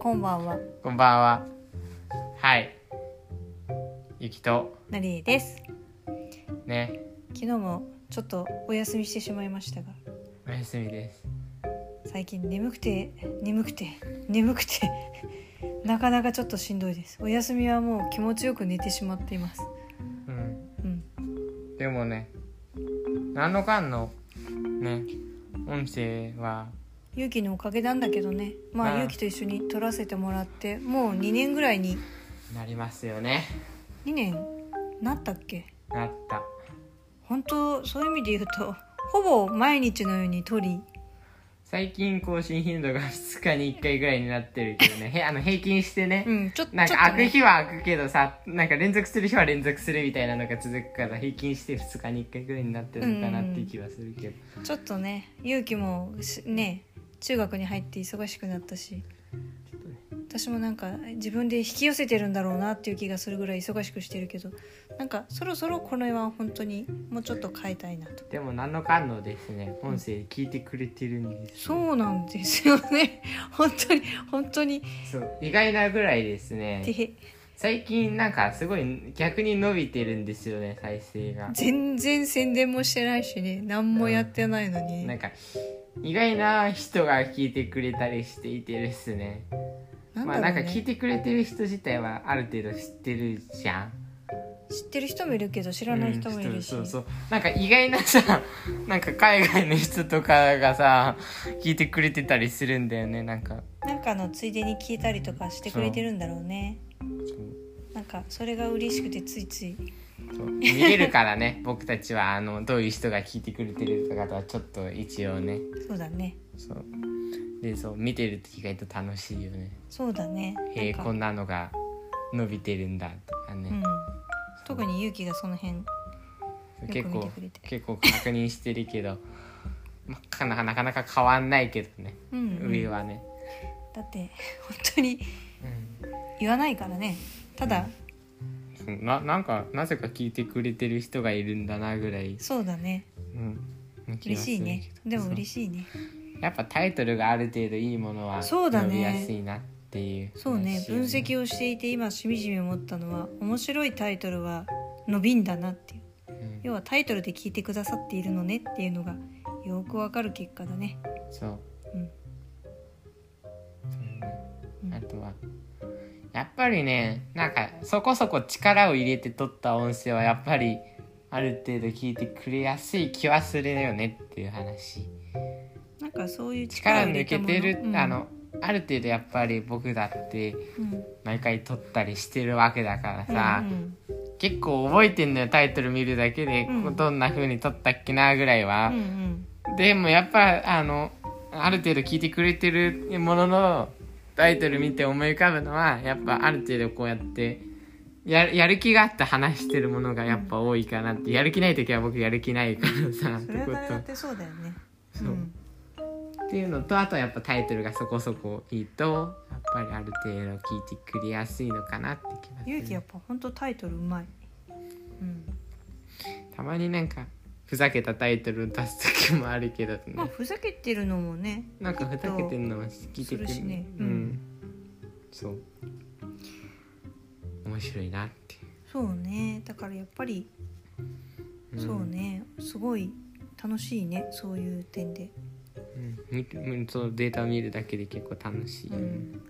こんばんは、こんばんは。はい。ゆきと、なりえです。ね、昨日もちょっとお休みしてしまいましたが、おやすみです。最近眠くて眠くて眠くて なかなかちょっとしんどいです。お休みはもう気持ちよく寝てしまっています。うん。うん、でもね、何のかんの、ね、音声は、勇気のおかげなんだけどね。まあああ勇気と一緒に撮らせてもらって、もう2年ぐらいになりますよね。 2年なったっけ？なった。本当そういう意味で言うと、ほぼ毎日のように撮り、最近更新頻度が2日に1回ぐらいになってるけどね、へあの平均してね、うん、ちょっとなんちょかっ開とくね、日は開くけどさ、なんか連続する日は連続するみたいなのが続くから、平均して2日に1回ぐらいになってるのかなっていう気はするけど。ちょっとね勇気もしね中学に入って忙しくなったしちょっとね私もなんか自分で引き寄せてるんだろうなっていう気がするぐらい忙しくしてるけどなんかそろそろこれは本当にもうちょっと変えたいなとでも何のかんのですね音声聞いてくれてるんです、そうなんですよね 本当に本当にそう意外なぐらいですねで最近なんかすごい逆に伸びてるんですよね再生が全然宣伝もしてないしね何もやってないのに、なんか意外な人が聞いてくれたりしていてですねなんまだあろなうんか聞いねてくれてる人自体はある程度知ってるじゃん知ってる人もいるけど知うらないん人もいるし、そうそうなんか意外なさ なんか海外の人とかがさ聞いてくれてたりするんだよねなんかなんかあのついでに聞いたりとかしてくれてるんだろうねそうなんかそれが嬉しくてついついそう見れるからね 僕たちはあのどういう人が聞いてくれてるかとはちょっと一応ねそうだねそうでそう見てると意外と楽しいよねそうだねへえなんこかんなのが伸びてるんだとかうねん、、特に勇気がその辺そうよく結見て構くれて結構確認してるけど、 まあ、かななかなか変わんないけどね、うんうん上はね、だって本当に言わないからねただ、うん、ななんかなぜか聞いてくれてる人がいるんだなぐらい、そうだねうん、気嬉がすしるいねけどでもそう嬉しいねやっぱタイトルがある程度いいものはそうだね伸びやすいなっていう話そうね分析を、をしていて今しみじみ思ったのは面白いタイトルは伸びんだなっていううん要はタイトルで聞いてくださっているのねっていうのがよくわかる結果だねそううんそうねうんあとはやっぱりねなんかそこそこ力を入れて撮った音声はやっぱりある程度聞いてくれやすい気はするよねっていう話なんかそういう力を力入れ抜たけものてる、うんあのある程度やっぱり僕だってうん毎回撮ったりしてるわけだからさ、うんうん結構覚えてんのよタイトル見るだけで、うんここどんな風に撮ったっけなぐらいはうんう、んでもやっぱあのある程度聞いてくれてるもののタイトル見て思い浮かぶのはやっぱある程度こうやってややる気があって話してるものがやっぱ多いかなってやる気ない時は僕やる気ないからさっそてれはこ誰だってそうだよねとそううんっていうのとあとはやっぱタイトルがそこそこいいとやっぱりある程度聞いてくれやすいのかなって気がする勇気やっぱ本当タイトルうまい、うん、たまになんかふざけたタイトルを出す時もあるけどね、まあふざけてるのもねなんかふざけてんのも聞いてするてしねううんんそう面白いなっていそうねだからやっぱり、うんそうねすごい楽しいねそういう点で、う、うんみ、そのデータを見るだけで結構楽しい、うん、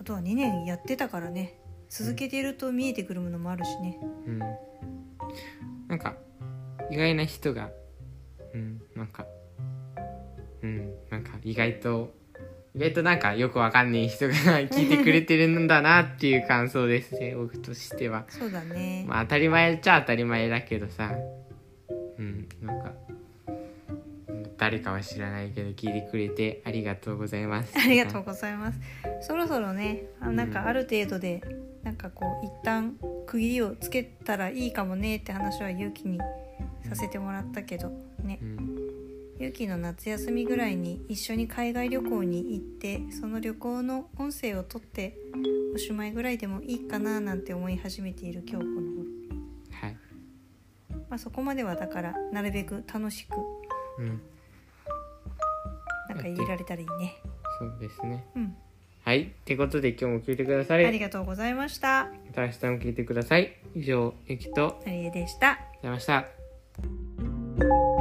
あとは2年やってたからね続けてると見えてくるものもあるしねうんなんか意外な人がうんなんかうんなんか意外と意外となんかよくわかんない人が 聞いてくれてるんだなっていう感想ですね僕としてはそうだね、まあ当たり前っちゃ当たり前だけどさうんなんかうん誰かは知らないけど聞いてくれてありがとうございますありがとうございますそろそろねあなんかある程度でなんかこう一旦区切りをつけたらいいかもねって話は勇気にさせてもらったけどねうんゆきの夏休みぐらいに一緒に海外旅行に行ってその旅行の音声を撮っておしまいぐらいでもいいかななんて思い始めている今日この頃、はい、まあ、そこまではだからなるべく楽しくうん、なんか入れられたらいいねそうですねうんはいってことで今日も聞いてくださありりがとうございましたまた明日も聞いてください以上ゆきとのりえでしたございました